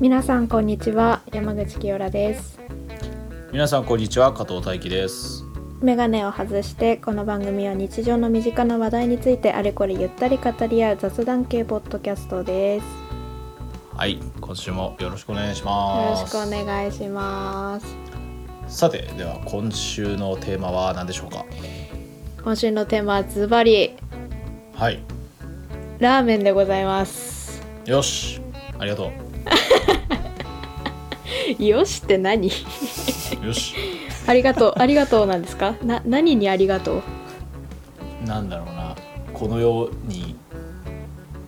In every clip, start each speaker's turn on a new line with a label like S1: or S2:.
S1: 皆さんこんにちは山口清良です
S2: 皆さんこんにちは加藤大輝です
S1: メガネを外してこの番組は日常の身近な話題についてあれこれゆったり語り合う雑談系ポッドキャストです
S2: はい今週もよろしくお願いし
S1: よろ
S2: ま
S1: し
S2: す
S1: くお願いします
S2: さてでは今週のテーマは何でしょうか
S1: 今週のテーマはズバリ
S2: はい
S1: ラーメンでございます
S2: よしありがと
S1: よしって何
S2: うよし
S1: ありがとうありがとうなんですかな何にありがとう
S2: なんだろうなこの世に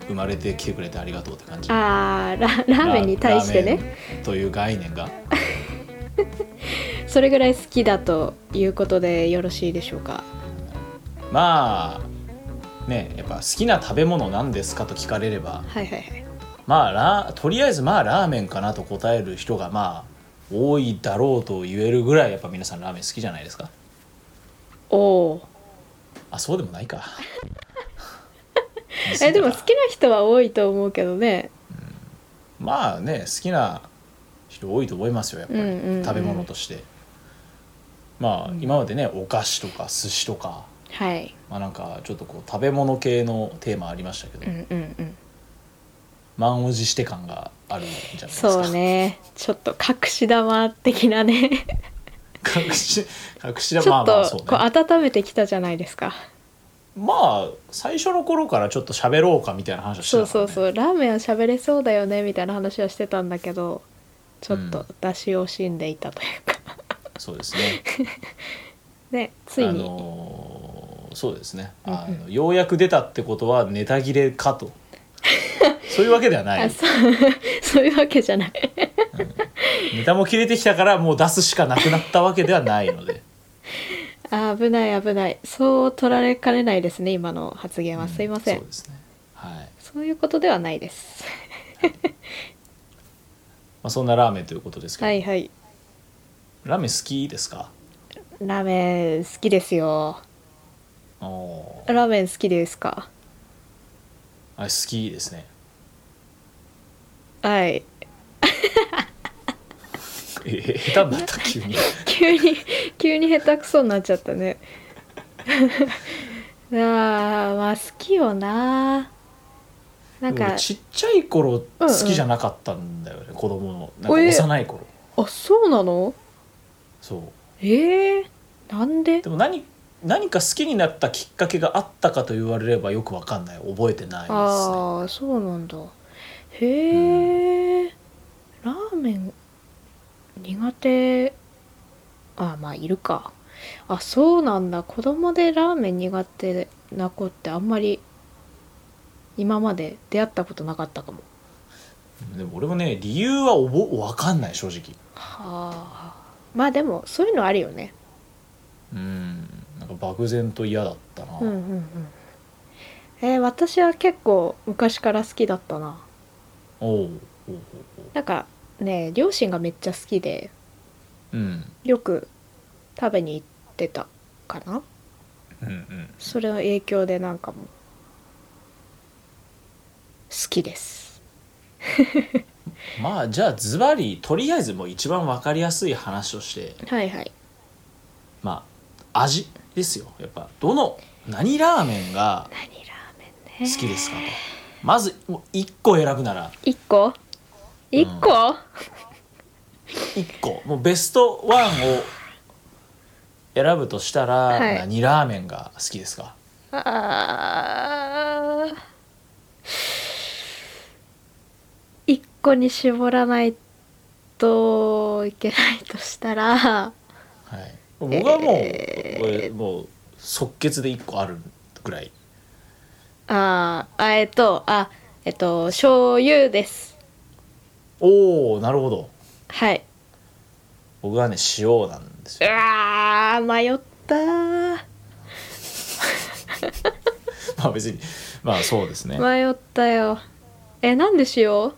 S2: 生まれてきてくれてありがとうって感じ
S1: あーララーメンに対して
S2: ラ
S1: ね
S2: ーメンという概念が
S1: それぐらい好きだということでよろしいでしょうか
S2: まあねやっぱ好きな食べ物なんですかと聞かれれば
S1: はいはいはい
S2: まあラとりあえずまあラーメンかなと答える人がまあ多いだろうと言えるぐらいやっぱ皆さんラーメン好きじゃないですか
S1: おおー
S2: あそうでもないか
S1: えでも好きな人は多いと思うけどね
S2: まあね好きな人多いと思いますよやっぱり、
S1: うんうんうん
S2: 食べ物としてまあ、今までねお菓子とか寿司とか
S1: はい
S2: まあなんかちょっとこう食べ物系のテーマありましたけど、
S1: うんうんうん
S2: 満を持して感があるんじゃないですか
S1: そうねちょっと隠し玉的なね
S2: 隠し隠し
S1: ちょ
S2: だ
S1: っと
S2: まあまあそうね
S1: こう温めてきたじゃないですか
S2: まあ最初の頃からちょっと喋ろうかみたいな話をして
S1: そ
S2: た
S1: うそう
S2: う
S1: そうラーメンは喋れそうだよねみたいな話はしてたんだけどちょっ
S2: う
S1: と
S2: ん
S1: 出し惜しんでいたというか
S2: そうですね
S1: ね つい
S2: あ
S1: に
S2: のーそうですね
S1: うんうん
S2: あのようやく出たってことはネタ切れ かとそういうわけではな
S1: あ
S2: い
S1: そうそう いうわけじゃない
S2: ネタも切れてきたからもう出すしかなくなったわけではない ので
S1: あ危ない危ないそう取られかねないですね今の発言はすいません、
S2: うそうですねはい、ま
S1: そういうことではないです
S2: あ、そんなラーメンということですけど、
S1: はいはい
S2: ラーメン好きですか
S1: ラーメン好きですよ
S2: おー
S1: ラーメン好きですか
S2: あ好きですね
S1: はい
S2: ええ下手になった急に
S1: 急に急に下手くそになっちゃったね あーまあ好きよな なん
S2: 俺
S1: か
S2: ちっちゃい頃好きじゃなかったんだよね、子供のなんか
S1: おえ
S2: 幼い頃
S1: あそうなの
S2: そう
S1: えー、なんで
S2: でも何何か好きになったきっかけがあったかと言われればよくわかんない覚えてないですね
S1: ああそうなんだへえ、ラーメン苦手あまあいるかあそうなんだ子供でラーメン苦手な子ってあんまり今まで出会ったことなかったかも
S2: でも俺もね理由はおぼわかんない正直
S1: はあまあでもそういうのあるよね
S2: うんなんか漠然と嫌だったな、
S1: うんうんうんえー私は結構昔から好きだったな
S2: おうおうおう
S1: なんかね両親がめっちゃ好きで
S2: おううん
S1: よく食べに行ってたかな
S2: うんうん
S1: それの影響でなんかもう好きです
S2: まあじゃあズバリとりあえずもう一番わかりやすい話をして
S1: はいはい
S2: まあ味ですよやっぱどの何ラーメンが
S1: 何ラーメン
S2: 好
S1: ね
S2: きですかとまずもう1個選ぶなら
S1: 1個
S2: うん
S1: 1個、
S2: 1個もうベストワンを選ぶとしたら、
S1: はい
S2: 何ラーメンが好きですか
S1: あー一個に絞らないといけないとしたら
S2: はい僕はもう、
S1: えー
S2: これもう即決で1個あるぐらい
S1: あーあえっとあえっと醤油です
S2: おおなるほど
S1: はい
S2: 僕はね塩なんです
S1: う
S2: よ
S1: わー迷ったー
S2: まあ別にまあそうですね、
S1: 迷ったよえなんでしよ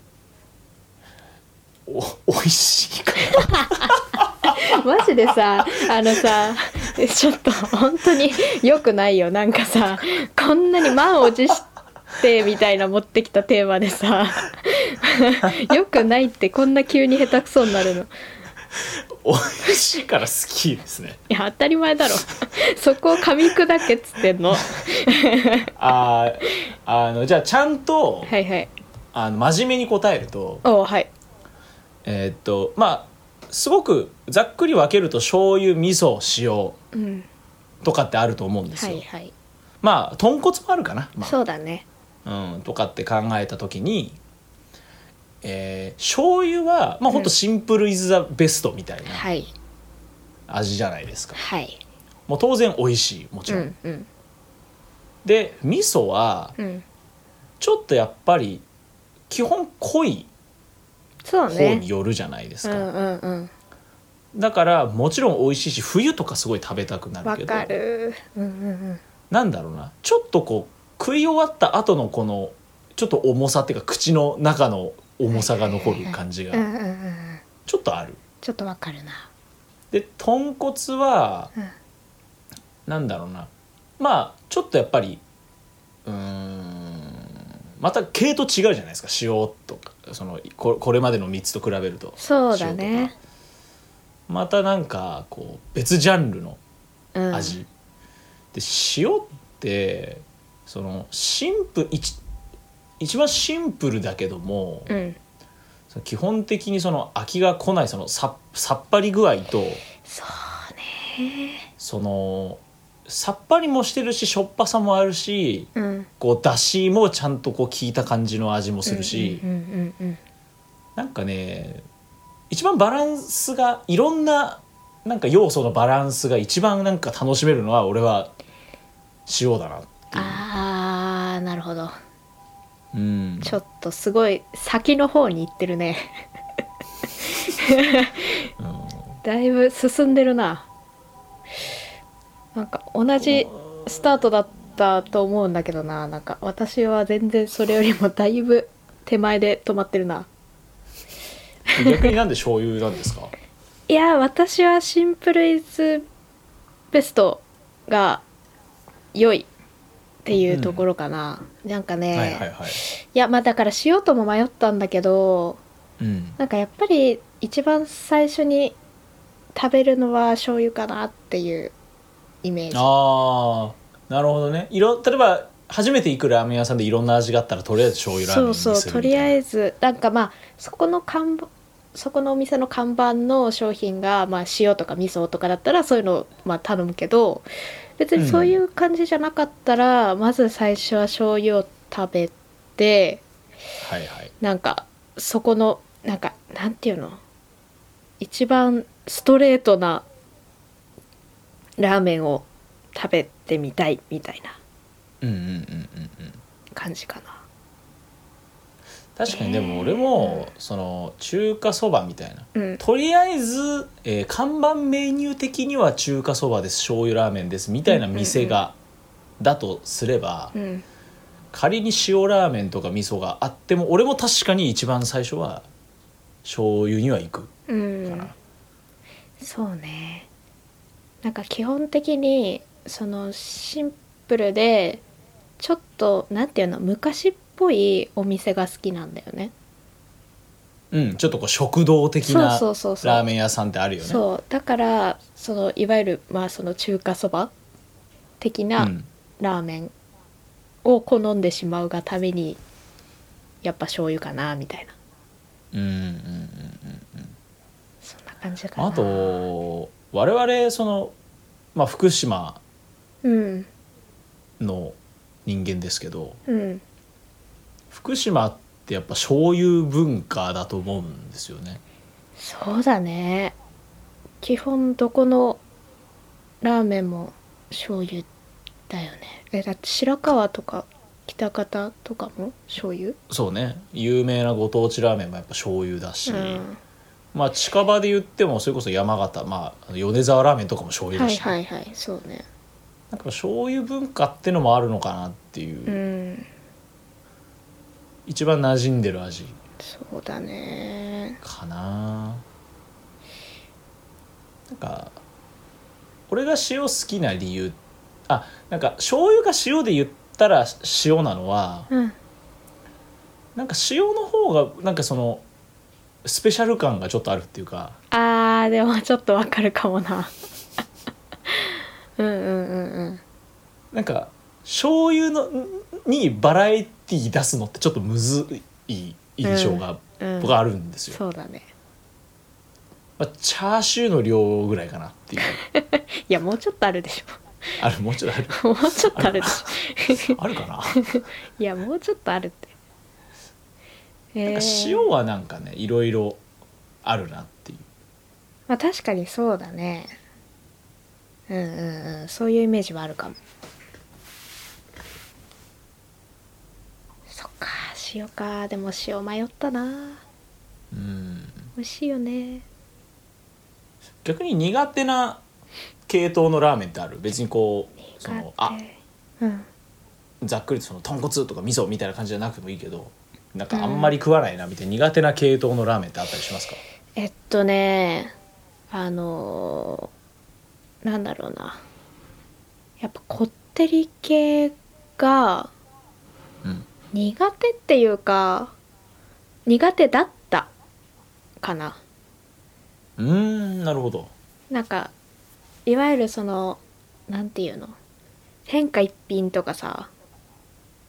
S2: お美味しいから
S1: うマジでさあのさちょっと本当に良くないよなんかさこんなに満を持してみたいな持ってきたテーマでさよくないってこんな急に下手くそになるのい
S2: 美味しいから好きですね
S1: や当たり前だろそこを噛み砕けっつってんの
S2: あーあのじゃあちゃんと
S1: はいはい
S2: あの真面目に答えると
S1: おはい
S2: えーっとまあすごくざっくり分けると醤油味噌塩
S1: うん
S2: とかってあると思うんです
S1: は
S2: よ、
S1: いはい、
S2: まあ豚骨もあるかな、まあ
S1: そうだね
S2: うん、とかって考えた時に、えー、醤油はまあほんとシンプルイズザベストみたいな
S1: はい
S2: 味じゃないですか、
S1: はい
S2: もう当然美味しいもち
S1: う
S2: ろん、
S1: んうん
S2: で味噌は
S1: うん
S2: ちょっとやっぱり基本濃い
S1: そう
S2: 方
S1: ね
S2: によるじゃないです
S1: う
S2: か、
S1: んうんうん
S2: だからもちろん美味しいし冬とかすごい食べたくなる
S1: わ
S2: けど
S1: かるうんうん
S2: なんだろうなちょっとこう食い終わった後のこのちょっと重さっていうか口の中の重さが残る感じ
S1: うんうん
S2: が
S1: うんうん
S2: ちょっとある。
S1: ちょっとわかるな
S2: で豚骨は
S1: うん
S2: なんだろうなまあちょっとやっぱりうーんまた系と違うじゃないですか塩とかそのここれまでの3つと比べると
S1: そうだね
S2: またなんかこう別ジャンルの
S1: うん
S2: 味、で塩ってそのシンプル一一番シンプルだけども、
S1: うん
S2: その基本的にその飽きが来ないそのささっぱり具合と
S1: そうね
S2: そのさっぱりもしてるししょっぱさもあるし
S1: うん
S2: こうだしもちゃんとこう効いた感じの味もするし、
S1: うんうんうんうん
S2: なんかね一番バランスがいろんななんか要素のバランスが一番なんか楽しめるのは俺は塩だなっていう。
S1: あーなるほど
S2: うん、
S1: ちょっとすごい先の方に行ってるねだいぶ進んでるななんか同じスタートだったと思うんだけどななんか私は全然それよりもだいぶ手前で止まってるな
S2: 逆になんで醤油なんで すか
S1: いやー私はシンプルイズベストが良いっていうところかな、なんかね、
S2: はい
S1: い
S2: はいはい、
S1: やまあだからしようとも迷ったんだけど
S2: うん、
S1: なんかやっぱり一番最初に食べるのは醤油かなっていうイメージ
S2: ああなるほどねいろ例えば初めて行くラーメン屋さんでいろんな味があったらとりあえず醤油ラーメン
S1: そう
S2: にする
S1: そ
S2: みた
S1: う
S2: いな
S1: とりあえずなんかまあそこの看板そこのお店の看板の商品が、まあ、塩とか味噌とかだったらそういうのをまあ頼むけど別にそういう感じじゃなかったら、まず最初は醤油を食べて
S2: はいはい
S1: なんかそこのなんかなんていうの一番ストレートなラーメンを食べてみたいみたいな
S2: うんうんうんうんうん
S1: 感じかな。
S2: 確かにでも俺もその中華そばみたいな
S1: うん、
S2: とりあえず、えー看板メニュー的には中華そばです醤油ラーメンですみたいな店が、だとすれば
S1: うん、
S2: 仮に塩ラーメンとか味噌があっても俺も確かに一番最初は醤油には行く
S1: う
S2: か
S1: ん
S2: な、
S1: そうねなんか基本的にそのシンプルでちょっとなんていうの昔っぽいお店が好きなんだよね
S2: うん、ちょっとこう食堂的
S1: そう
S2: な
S1: そうそうそう
S2: ラーメン屋さんってあるよね
S1: そうだからそのいわゆるまあその中華そば的
S2: う
S1: なんラーメンを好んでしまうがためにやっぱ醤油かなみたいな
S2: うんうんうん
S1: そんな感じかな
S2: あと我々その、まあ、福島
S1: うん
S2: の人間ですけど
S1: うん
S2: 福島ってやっぱ醤油文化だと思うんですよね
S1: そうだね基本どこのラーメンも醤油だよねえだって白川とか北方とかも醤油
S2: そうね有名なご当地ラーメンもやっぱ醤油だし、
S1: うん
S2: まあ近場で言ってもそれこそ山形、まあ、米沢ラーメンとかも醤油だ
S1: はい
S2: し、
S1: はいはいそうね
S2: なんか醤油文化ってのもあるのかなっていう、
S1: うん
S2: 一番馴染んでる味
S1: そうだね
S2: かななんか俺が塩好きな理由あなんか醤油が塩で言ったら塩なのは
S1: うん
S2: なんか塩の方がなんかそのスペシャル感がちょっとあるっていうか
S1: あーでもちょっとわかるかもな うんうんうんうん
S2: なんか醤油のんにバラエティー出すのってちょっとむずい印象が
S1: うん
S2: 僕はあるんですよ、
S1: そうだね
S2: まあ、チャーシューの量ぐらいかなっていう
S1: いやもうちょっとあるでし
S2: あるもうちょっとある
S1: ょ もうちょっとあるでし ょ
S2: あるかな、
S1: いやもうちょっとあるってえ
S2: なんか
S1: ー
S2: 塩はなんかねいろいろあるなっていう
S1: まあ確かにそうだねうんうんうんそういうイメージはあるかもそっか塩かでも塩迷ったな
S2: うん
S1: 美味しいよね
S2: 逆に苦手な系統のラーメンってある別にこうそのあ
S1: だってうん
S2: ざっくりその豚骨とか味噌みたいな感じじゃなくてもいいけどなんかあんまり食わないなみたいな苦手な系統のラーメンってあったりしますか、
S1: えっとねあのーなんだろうなやっぱこってり系が
S2: うん、
S1: 苦手っていうか苦手だったかな
S2: うーんなるほど
S1: なんかいわゆるそのなんていうの変化一品とかさ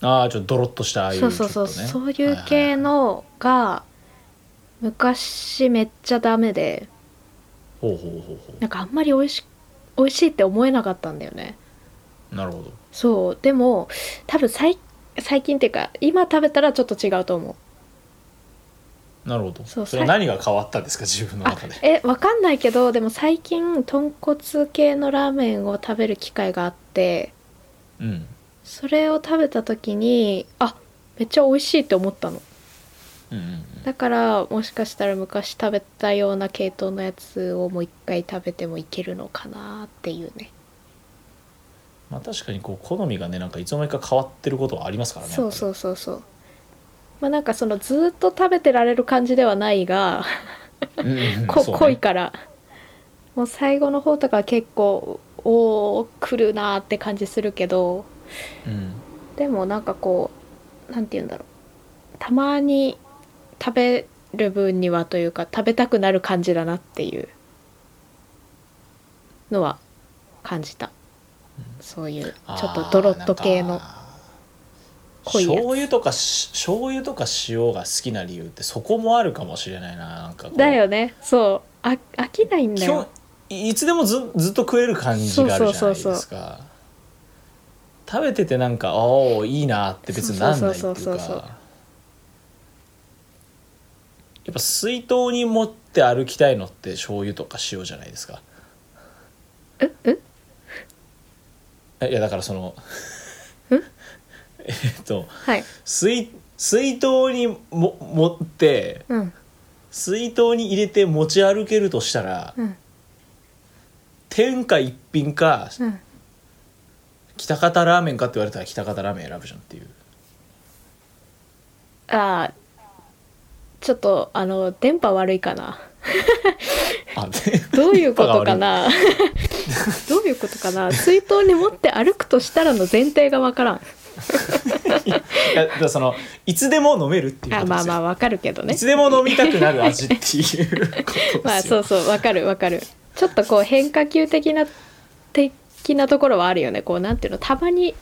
S2: ああちょっとドロッとしたああいう
S1: そうそうそう、
S2: ちょっとね
S1: そういう系のが昔めっちゃダメで
S2: はいはいほうほうほうほ
S1: なんかあんまり美味し美味しいって思えなかったんだよね
S2: うなるほど
S1: そうでも多分最最近っていうか今食べたらちょっと違うと思う
S2: なるほど
S1: そう
S2: それは何が変わったんですか自分の
S1: あ
S2: 中で
S1: えわかんないけどでも最近豚骨系のラーメンを食べる機会があって
S2: うん
S1: それを食べた時にあめっちゃ美味しいって思ったの
S2: うんうんうん
S1: だからもしかしたら昔食べたような系統のやつをもう一回食べてもいけるのかなっていうね
S2: まあ確かにこう好みがねなんかいつの間にか変わってることはありますからね
S1: そうそううそうそうまあなんかそのずーっと食べてられる感じではないがこ濃、いからもう最後の方とかは結構おー来るなーって感じするけど
S2: うんうん
S1: でもなんかこうなんて言うんだろうたまに食べる分にはというか食べたくなる感じだなっていうのは感じた、そういうちょっとドロッと系の濃いやつ
S2: 醤油とかし醤油とか塩が好きな理由ってそこもあるかもしれないななんかこう
S1: だよねそうあ飽きないんだ
S2: 基
S1: よ
S2: 本いつでもずずっと食える感じがあるじゃないです
S1: そうそう
S2: か
S1: そ
S2: 食べててなんかああいいなって別になんないってい
S1: そう
S2: う
S1: そうそう
S2: か
S1: そうそう
S2: やっぱ水筒に持って歩きたいのって醤油とか塩じゃないですか
S1: ええ
S2: えいやだからそのえっと
S1: はい
S2: 水水筒にも持って
S1: うん
S2: 水筒に入れて持ち歩けるとしたら
S1: うん
S2: 天下一品か
S1: うん
S2: 北方ラーメンかって言われたら北方ラーメン選ぶじゃんっていう
S1: あーちょっとあの電波悪いかな
S2: あで
S1: どういうことかな どういうことかな水筒に持って歩くとしたらの前提がわからん
S2: いやだからそのいつでも飲めるっていう
S1: あ
S2: こと
S1: ま
S2: で
S1: あ
S2: す
S1: まあ
S2: よ
S1: わかるけどね
S2: いつでも飲みたくなる味っていうことですよ、
S1: まあそうそうわかるわかるちょっとこう変化球的な的なところはあるよねこうなんていうのたまに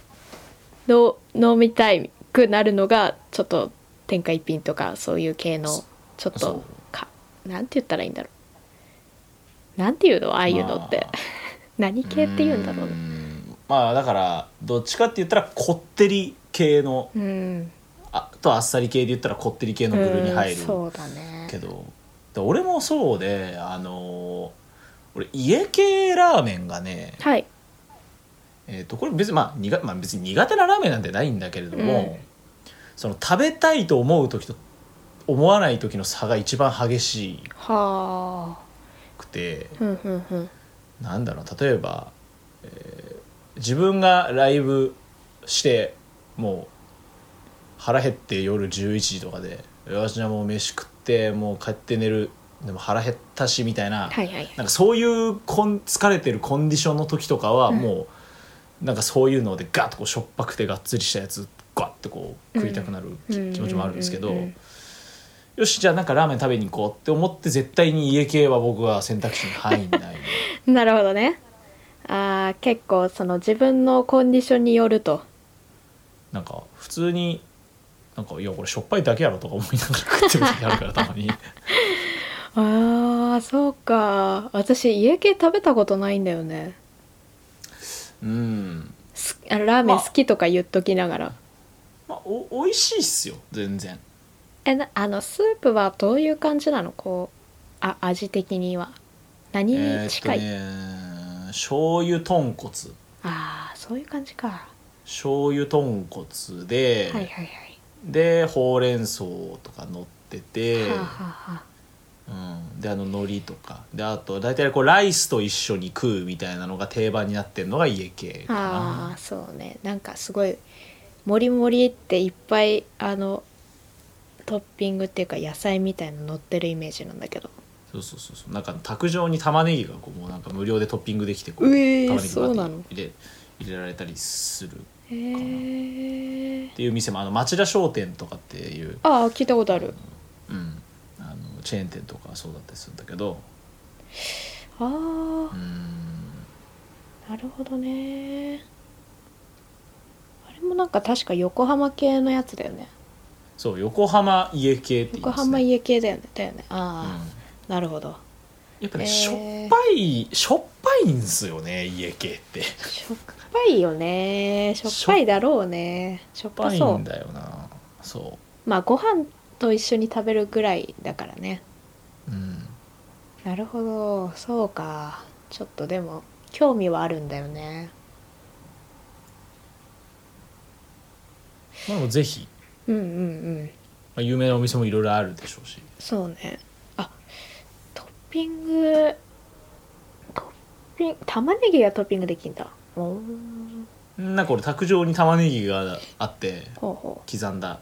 S1: の飲みたいくなるのがちょっと天下一品とかそういう系のちょっ
S2: そう
S1: とかなんて言ったらいいんだろうなんていうのああいうのって、
S2: まあ
S1: 何系って言うんだろう
S2: う
S1: ね
S2: んまあだからどっちかって言ったらこってり系の
S1: うん
S2: あとあっさり系で言ったらこってり系の部類に入
S1: うん
S2: る
S1: そうだね
S2: けどで俺もそうであの俺家系ラーメンがね、
S1: はい
S2: えー、とこれ別に,、まあ、苦まあ別に苦手なラーメンなんてないんだけれど
S1: うん
S2: も、その食べたいと思う時と思わない時の差が一番激し
S1: はあ
S2: くて
S1: ふんふんふん
S2: なんだろう例えば、えー自分がライブしてもう腹減って夜11時とかでよしじゃあもう飯食ってもう帰って寝るでも腹減ったしみたいな。
S1: はいはい
S2: なんかそういうコン疲れてるコンディションの時とかはもう、なんかそういうのでガッとこうしょっぱくてがっつりしたやつガッてこう食いたくなる
S1: う
S2: き
S1: ん
S2: 気持ちもあるんですけど、
S1: うんうんうん
S2: よしじゃあなんかラーメン食べに行こうって思って絶対に家系は僕は選択肢に入んない
S1: なるほどねあー結構その自分のコンディションによると
S2: なんか普通になんかいやこれしょっぱいだけやろとか思いながら食ってる時あるからたまに
S1: あーそうか私家系食べたことないんだよね
S2: うん
S1: すあラーメン
S2: まあ
S1: 好きとか言っときながら
S2: まあお美味しいっすよ全然
S1: えなあのスープはどういう感じなのこうあ味的には何
S2: え
S1: に
S2: ーっと
S1: 近い、
S2: ね醤油豚骨
S1: ああそういう感じか、
S2: 醤油豚骨で、
S1: はいはいはい、
S2: でほうれん草とか乗ってて、
S1: はあ、はあはあ、
S2: うん、であの海苔とかであと大体こうライスと一緒に食うみたいなのが定番になってるのが家系か
S1: あ
S2: な
S1: あそうねなんかすごいもりもりっていっぱいあのトッピングっていうか野菜みたいなの乗ってるイメージなんだけど
S2: そうそうそうそうなんか卓上に玉ねぎがこうもうなんか無料でトッピングできてこう
S1: うえー
S2: 玉ねぎ
S1: そうな
S2: が
S1: の
S2: 入れ入れられたりするっ
S1: へえ
S2: ていう店もあの町田商店とかっていう、
S1: ああ聞いたことある
S2: うん、あのチェーン店とかそうだったりするんだけど
S1: あ
S2: う
S1: ー
S2: ん
S1: なるほどねあれもなんか確か横浜系のやつだよね
S2: そう横浜家系って言い
S1: 横
S2: ます、ね、
S1: 浜家系だよねだよね
S2: うん
S1: ああ、なるほど
S2: やっぱ
S1: え
S2: ね、
S1: ー
S2: しょっぱいしょっぱいんですよね家系ってし
S1: しょっぱいよねしょっぱいだろうねしょっ
S2: ょっ
S1: ぱ
S2: ぱ
S1: そ
S2: い
S1: うん
S2: だよなそ
S1: まあご飯と一緒に食べるぐらいだからね
S2: ううん
S1: なるほどそうかちょっとでも興味はあるんだよね
S2: まあでもぜひ、
S1: うんうんうん
S2: まあ、有名なお店もいろいろあるでしょうし
S1: そうねあトッピングトッピン玉ねぎがトッピングできんだおー
S2: なんか俺卓上に玉ねぎがあって
S1: ほうほ
S2: 刻んだ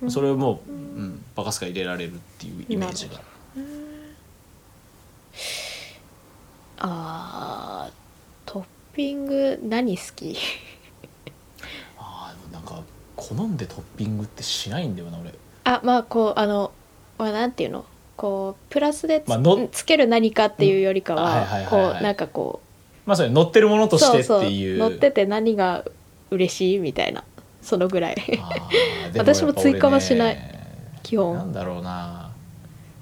S1: うん
S2: それをもう、うん、バカスカ入れられるっていうイメージが
S1: うあートッピング何好き
S2: あーでもなんか好んでトッピングってしないんだよな俺
S1: あまあこうあのまあなんていうのこうプラスでつ,、
S2: まあの
S1: つける何かっていうよりか
S2: うんは
S1: は
S2: いはいはいはい
S1: こうなんかこう
S2: まあそれ乗ってるものとしてっていう
S1: そうそう乗ってて何が嬉しいみたいなそのぐら い
S2: あーでやっぱ
S1: 私も追加はしない
S2: 俺ね
S1: 基本
S2: なんだろうな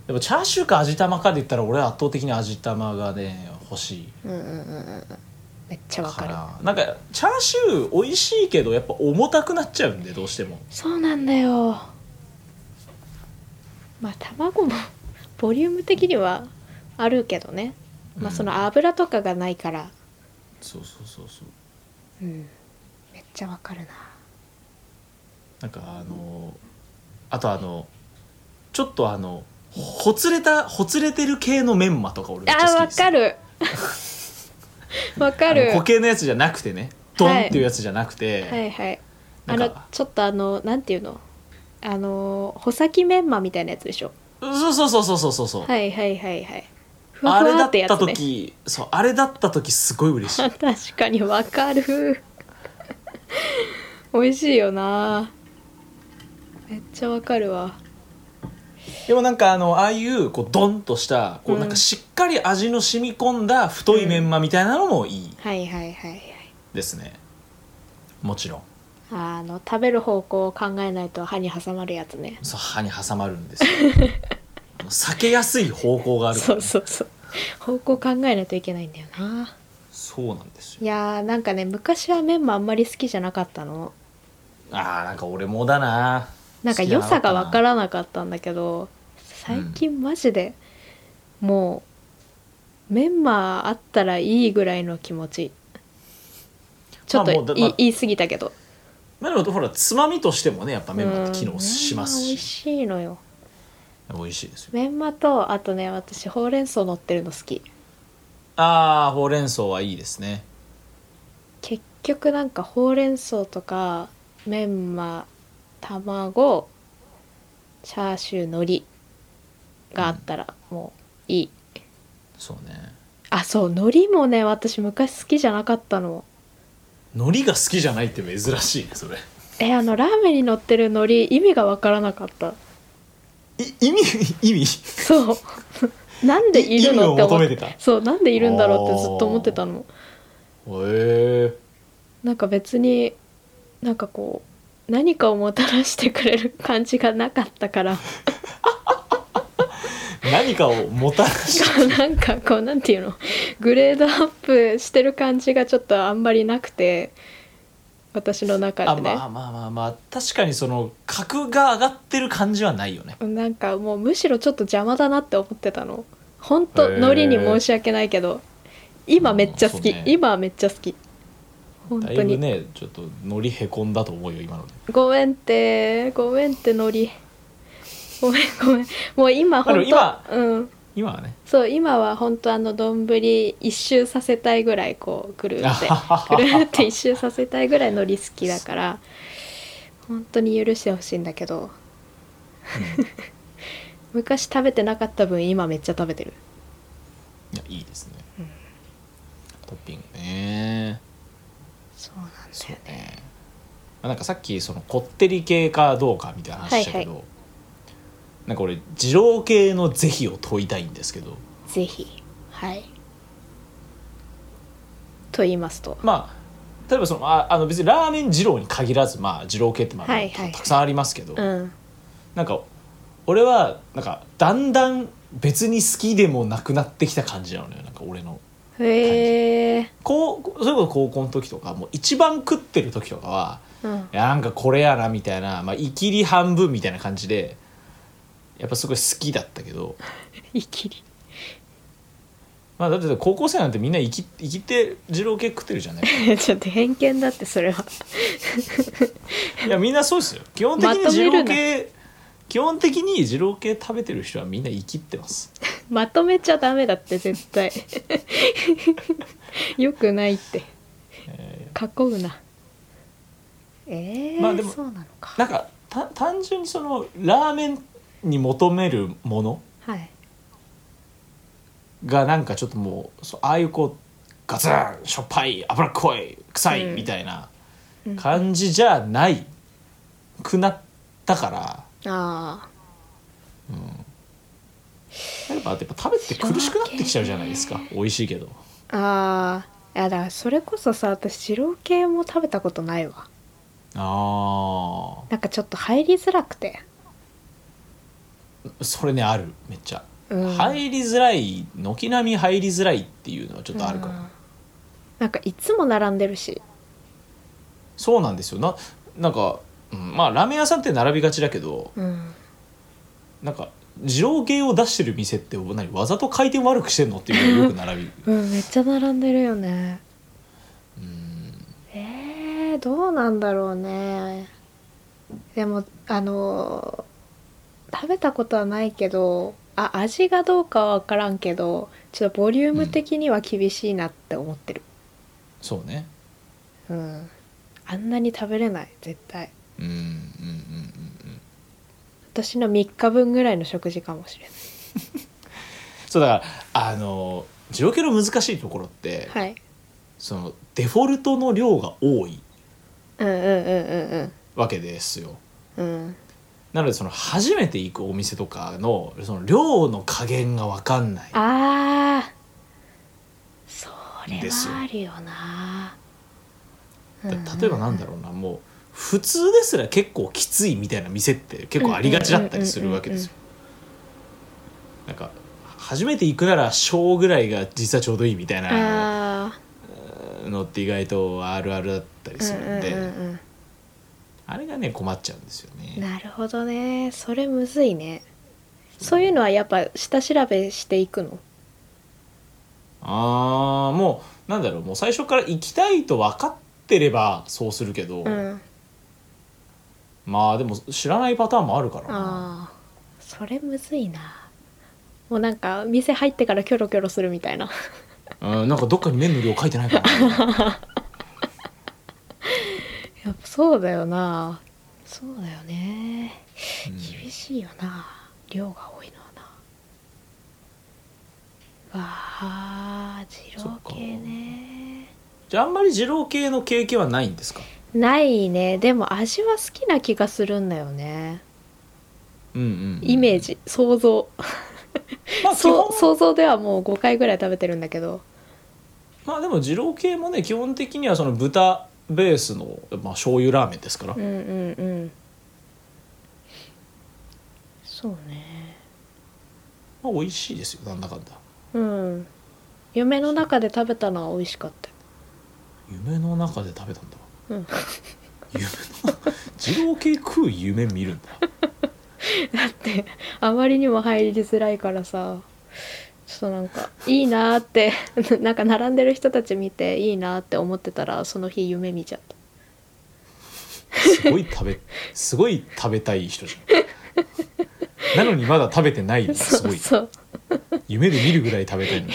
S2: でもチャーシューか味玉かで言ったら俺は圧倒的に味玉がね欲しい
S1: うんうんうんうんめっちゃわか
S2: か
S1: る
S2: らなんかチャーシュー美味しいけどやっぱ重たくなっちゃうんでどうしても
S1: そうなんだよまあ卵も ボリューム的にはあるけどね、まあ、その油とかがないから、
S2: そうそうそうそ
S1: う
S2: う
S1: ん、めっちゃわかるな
S2: なんかあのあとあのちょっとあのほつれたほつれてる系のメンマとか俺めっちゃ
S1: あー
S2: 好き
S1: わ
S2: です
S1: かるわ か
S2: あ
S1: る
S2: の固形のやつじゃなくてねドンっていうやつじゃなくて、
S1: はいはい
S2: な
S1: あ
S2: ん
S1: の
S2: か
S1: ちょっとあのなんていうのあの穂先メンマみたいなやつでしょ
S2: そうそうそうそうそうそう、
S1: はいはいはいはい。ふわ
S2: あ
S1: ふ
S2: れ
S1: わ
S2: だ
S1: っ
S2: って
S1: や
S2: た
S1: つね。
S2: 時、そうあれだった時すごい嬉しい
S1: 確かにわかる。 美味しいよな。めっちゃわかるわ。
S2: でもなんかあのああいうこうドンとしたこ
S1: う
S2: うんなんかしっかり味の染み込んだ太いメンマみたいなのもいい
S1: はいはいはいはい。
S2: ですねもちろん
S1: あの食べる方向を考えないと歯に挟まるやつね。
S2: そう歯に挟まるんです よあの避けやすい方向があるか
S1: そ
S2: ら
S1: うそうそう。方向考えないといけないんだよな。
S2: そうなんですよ
S1: いやーなんかね昔はメンマあんまり好きじゃなかったの。
S2: あーなんか俺もだな
S1: なんか良さが分かららなかったんだけど最近マジで、もうメンマあったらいいぐらいの気持ちちょっと
S2: まあ
S1: い、
S2: もうだまあ
S1: 言い過ぎたけど
S2: まあでもほらつまみとしてもねやっぱメンマって機能します
S1: うんメンマ美味
S2: し、
S1: しいのよ
S2: 美味しいですよ
S1: メンマとあとね私ほうれん草乗ってるの好き
S2: ああほうれん草はいいですね
S1: 結局なんかほうれん草とかメンマ卵チャーシュー海苔があったらもういい、
S2: そうね
S1: あそう海苔もね私昔好きじゃなかったの
S2: 海苔が好きじゃないって珍しいねそれ
S1: えあのラーメンに乗ってる海苔意味が分からなかった
S2: い意味意味
S1: そう なんでいるのって
S2: 意味を求
S1: 思
S2: め
S1: って
S2: た
S1: てそうなんでいるんだろうってずっと思ってたの
S2: へ
S1: なんか別になんかこう何かをもたらしてくれる感じがなかったから
S2: え何かをもたら し
S1: なんかこうなんていうのグレードアップしてる感じがちょっとあんまりなくて私の中
S2: あ
S1: でね、
S2: まあまあまあまあ確かにその格が上がってる感じはないよね
S1: なんかもうむしろちょっと邪魔だなって思ってたの本当
S2: へー
S1: ノリに申し訳ないけど今めっちゃ好き、
S2: うんそうね
S1: 今はめっちゃ好き本
S2: だ
S1: 当
S2: いぶ
S1: に、
S2: ねちょっとノリへこんだと思うよ今ので
S1: ごめんってごめんってノリごめんごめんもう今
S2: まあでも
S1: 本当
S2: 今
S1: うん
S2: 今はね
S1: そう今は本当あの丼一周させたいぐらいこうぐ るーってぐるーって一周させたいぐらいノリ好きだから本当に許してほしいんだけど 昔食べてなかった分今めっちゃ食べてる
S2: いやいいですね、トッピングね
S1: そうなんだ
S2: そう
S1: よね
S2: ね、まあ、なんかさっきそのこってり系かどうかみたいな話したけど、なんか俺二郎系の是非を問いたいんですけど
S1: ぜひはいと言いますと
S2: まあ例えばそのああの別にラーメン二郎に限らずまあ二郎系ってまあ、
S1: はいはいはい
S2: たくさんありますけど、
S1: うん
S2: なんか俺はなんかだんだん別に好きでもなくなってきた感じなのよなんか俺の
S1: へえ
S2: こうそれこそ高校の時とかもう一番食ってる時とかは
S1: うん
S2: いやなんかこれやなみたいな、まあ、いきり半分みたいな感じでやっぱすごい好きだったけど、
S1: いきり
S2: まあ、だって高校生なんてみんな生き生きて二郎系食ってる じゃな い
S1: ちょっと偏見だってそれはい
S2: やみんなそうですよ基本的に
S1: まとめ
S2: 二
S1: る
S2: 郎
S1: な
S2: 系基本的に二郎系食べてる人はみんな生きってます
S1: まとめちゃダメだって絶 対よくないって囲うなえー
S2: まあでも
S1: そうなのか
S2: なんかた単純にそのラーメンに求めるもの
S1: はい
S2: がなんかちょっともうそうああいうこうガツンしょっぱい脂っこい臭い
S1: うん
S2: みたいな
S1: うん
S2: 感じじゃないくなったから
S1: あ
S2: やっぱやっぱ食べて苦しくなってきちゃうじゃないですか美味しいけど
S1: ーあーいやだからそれこそさ私二郎系も食べたことないわ
S2: あ
S1: なんかちょっと入りづらくて
S2: ーそれねあるめっちゃ、
S1: うん
S2: 入りづらい軒並み入りづらいっていうのはちょっとあるか
S1: うん
S2: ら
S1: なんかいつも並んでるし
S2: そうなんですよななんか、うんまあラーメン屋さんって並びがちだけど
S1: うん
S2: なんか二郎系を出してる店って何わざと回転悪くしてんのっていうのがよく並び
S1: うんめっちゃ並んでるよね
S2: うん
S1: えー、どうなんだろうねでもあのー食べたことはないけどあ味がどうかは分からんけどちょっとボリューム的には厳しいなって思ってる
S2: そうね
S1: うん、あんなに食べれない絶対
S2: うんうんうんうんうん
S1: 私の3日分ぐらいの食事かもしれない
S2: そうだからあの二郎系の難しいところって、
S1: はい
S2: そのデフォルトの量が多い
S1: うんうんうん
S2: わけですよ
S1: うんうんうん
S2: なのでその初めて行くお店とかのその量の加減が分かんない
S1: ああそれ
S2: ですよ
S1: はあるよな
S2: だ例えばなんだろうなもう普通ですら結構きついみたいな店って結構ありがちだったりするわけですよなんか初めて行くなら小ぐらいが実はちょうどいいみたいな
S1: ああ
S2: のって意外とあるあるだったり
S1: うん
S2: するんで、
S1: うんうん
S2: あれがね困っちゃうんですよ
S1: うん
S2: ね
S1: なるほどねそれむずいねそういうのはやっぱ下調べしていくの
S2: ああもうなんだろうもう最初から行きたいと分かってればそうするけど、
S1: うん
S2: まあでも知らないパターンもあるからな
S1: ああそれむずいなもうなんか店入ってからキョロキョロするみたいな
S2: うん、なんかどっかに麺の量書いてないか な
S1: やっぱそうだよなそうだよね厳しいよな量が多いのはなわあ二郎系ね
S2: じゃああんまり二郎系の経験はないんですか
S1: ないねでも味は好きな気がするんだよね
S2: うんうんうん
S1: イメージ想像
S2: まあ基
S1: そう
S2: 本
S1: 想像ではもう5回ぐらい食べてるんだけど
S2: まあでも二郎系もね基本的にはその豚ベースの、まあ、醤油ラーメンですから、
S1: うんうんうんそうね
S2: まあ、美味しいですよなんだかんだ
S1: うん夢の中で食べたのは美味しかった
S2: 夢の中で食べたんだ
S1: うん
S2: 夢の中二郎系食う夢見るんだ
S1: だってあまりにも入りづらいからさちょっとなんかいいなーって なんか並んでる人たち見ていいなーって思ってたらその日夢見ちゃった
S2: すごい食べすごい食べたい人じゃんなのにまだ食べてないのがす
S1: そ
S2: ご
S1: う
S2: い
S1: そう
S2: 夢で見るぐらい食べたいのに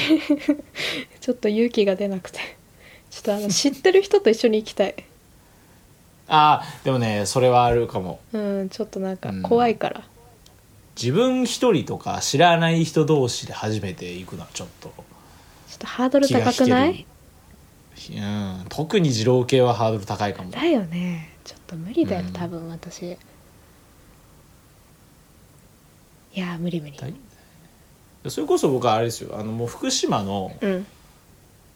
S1: ちょっと勇気が出なくてちょっとあの知ってる人と一緒に行きたい
S2: あーでもねそれはあるかも
S1: うんちょっとなんか怖いから、
S2: 自分一人とか知らない人同士で初めて行くのはちょっと
S1: ちょっとハードル高くな
S2: 気
S1: い
S2: うん特に二郎系はハードル高いかも
S1: だよねちょっと無理だよ、
S2: うん
S1: 多分私いやー無理無理
S2: だいそれこそ僕はあれですよあのもう福島の
S1: うん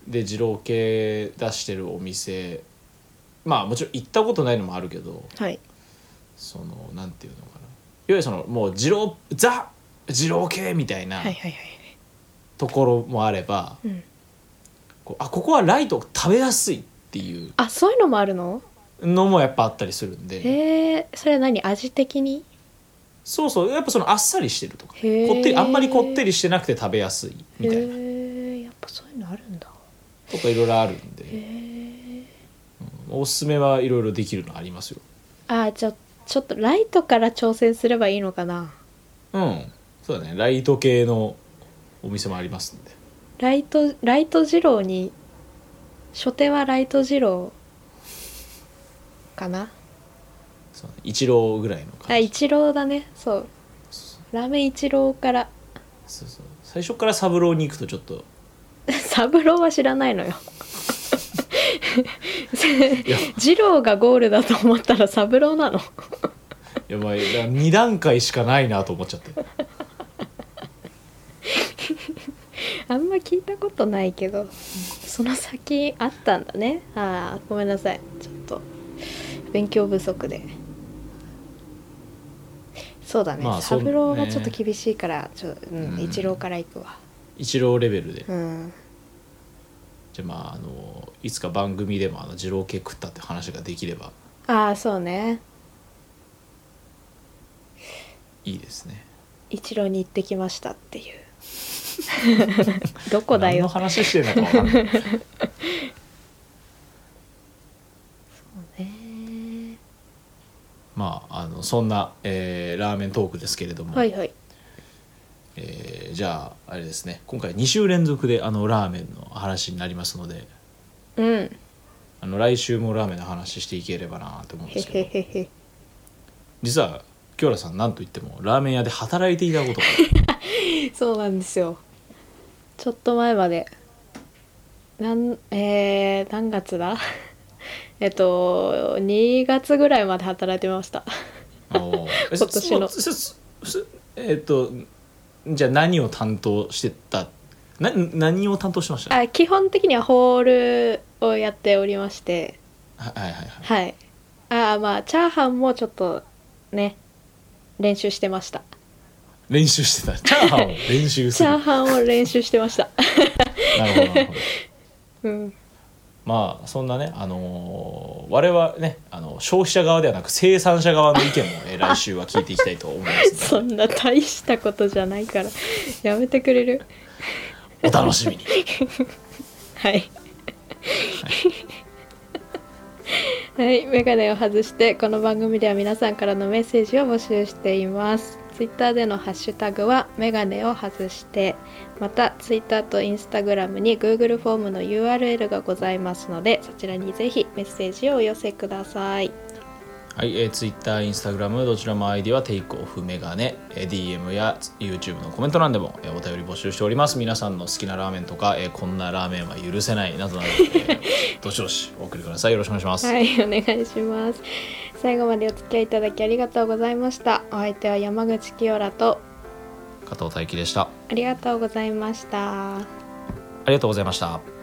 S2: で二郎系出してるお店まあもちろん行ったことないのもあるけど
S1: はい
S2: そのなんていうのかないわゆるそのもう二郎ザ二郎系みたいな
S1: はいはいはい
S2: ところもあれば、
S1: うん
S2: こうあここはライト食べやすいっていう
S1: あそういうのもあるの
S2: のもやっぱあったりするんで
S1: へえそれは何味的に
S2: そうそうやっぱそのあっさりしてるとかこ
S1: へー
S2: ってりあんまりこってりしてなくて食べやすいみたいな
S1: へえやっぱそういうのあるんだ
S2: とかいろいろあるん
S1: へ
S2: で
S1: え
S2: おすすめはいろいろできるのありますよ
S1: あじゃあちょっとライトから挑戦すればいいのかな
S2: うんそうだねライト系のお店もありますんで
S1: ライトライト二郎に初手はライト二郎かな
S2: そうだね一郎ぐらいの
S1: あ
S2: 感じ
S1: 一郎だねそうラーメン一郎から
S2: そうそう最初から三郎に行くとちょっと
S1: 三郎は知らないのよ
S2: い や
S1: 二郎がゴールだと思ったら三郎なの
S2: やばい2段階しかないなと思っちゃって
S1: あんま聞いたことないけどその先あったんだねああごめんなさいちょっと勉強不足でそうだね、
S2: まあそう
S1: 三郎がちょっと厳しいからちょ、う
S2: うん
S1: ん、一郎から行くわ
S2: 一郎レベルで
S1: うん
S2: じゃあまああのいつか番組でもあの二郎系食ったって話ができれば
S1: ああそうね
S2: いいですね
S1: 一郎に行ってきましたっていうどこだ
S2: 何の
S1: よ
S2: 話してんのかわかんない
S1: ね
S2: まああのそんな、えーラーメントークですけれども、
S1: はいはい
S2: えーじゃああれですね今回2週連続であのラーメンの話になりますので
S1: うん
S2: あの来週もラーメンの話していければなと思うん
S1: へ
S2: ですけ
S1: へ
S2: ど
S1: へへ
S2: 実は清原さんなんといってもラーメン屋で働いてい たことがある
S1: そうなんですよちょっと前までなんえー、何月だ えっと2月ぐらいまで働いてました
S2: おーえ
S1: 今年の
S2: そそそそえーっとじゃあ何を担当してたな何を担当してましたはい
S1: あ基本的にはホールをやっておりまして
S2: はいはいは
S1: は
S2: い
S1: いあーまあチャーハンもちょっとね練習してました
S2: 練習してたチャーハンを練習す
S1: チ
S2: る
S1: ャー
S2: なる
S1: ハンを練習してました
S2: ほどなるほど
S1: うん
S2: まあそんなね、あのー我々ねあの消費者側ではなく生産者側の意見も、 えー来週は聞いていきたいと思います
S1: そ
S2: ので
S1: んな大したことじゃないからやめてくれる
S2: お楽しみに
S1: はい。はい、メガネを外してこの番組では皆さんからのメッセージを募集しています。ツイッターでのハッシュタグはメガネを外して、またツイッターとインスタグラムに Google フォームの URL がございますので、そちらにぜひメッセージをお寄せください。
S2: はい、えー、Twitter、Instagram どちらも ID はテイクオフメガネ、えー DM や YouTube のコメント欄でも、えーお便り募集しております皆さんの好きなラーメンとか、えーこんなラーメンは許せないなどなど、えーどしどしお送りくださいよろしくお願いします、
S1: はい、お願いします。最後までお付き合いいただきありがとうございました。お相手は山口清良と
S2: 加藤大輝でした
S1: ありがとうございました。
S2: ありがとうございました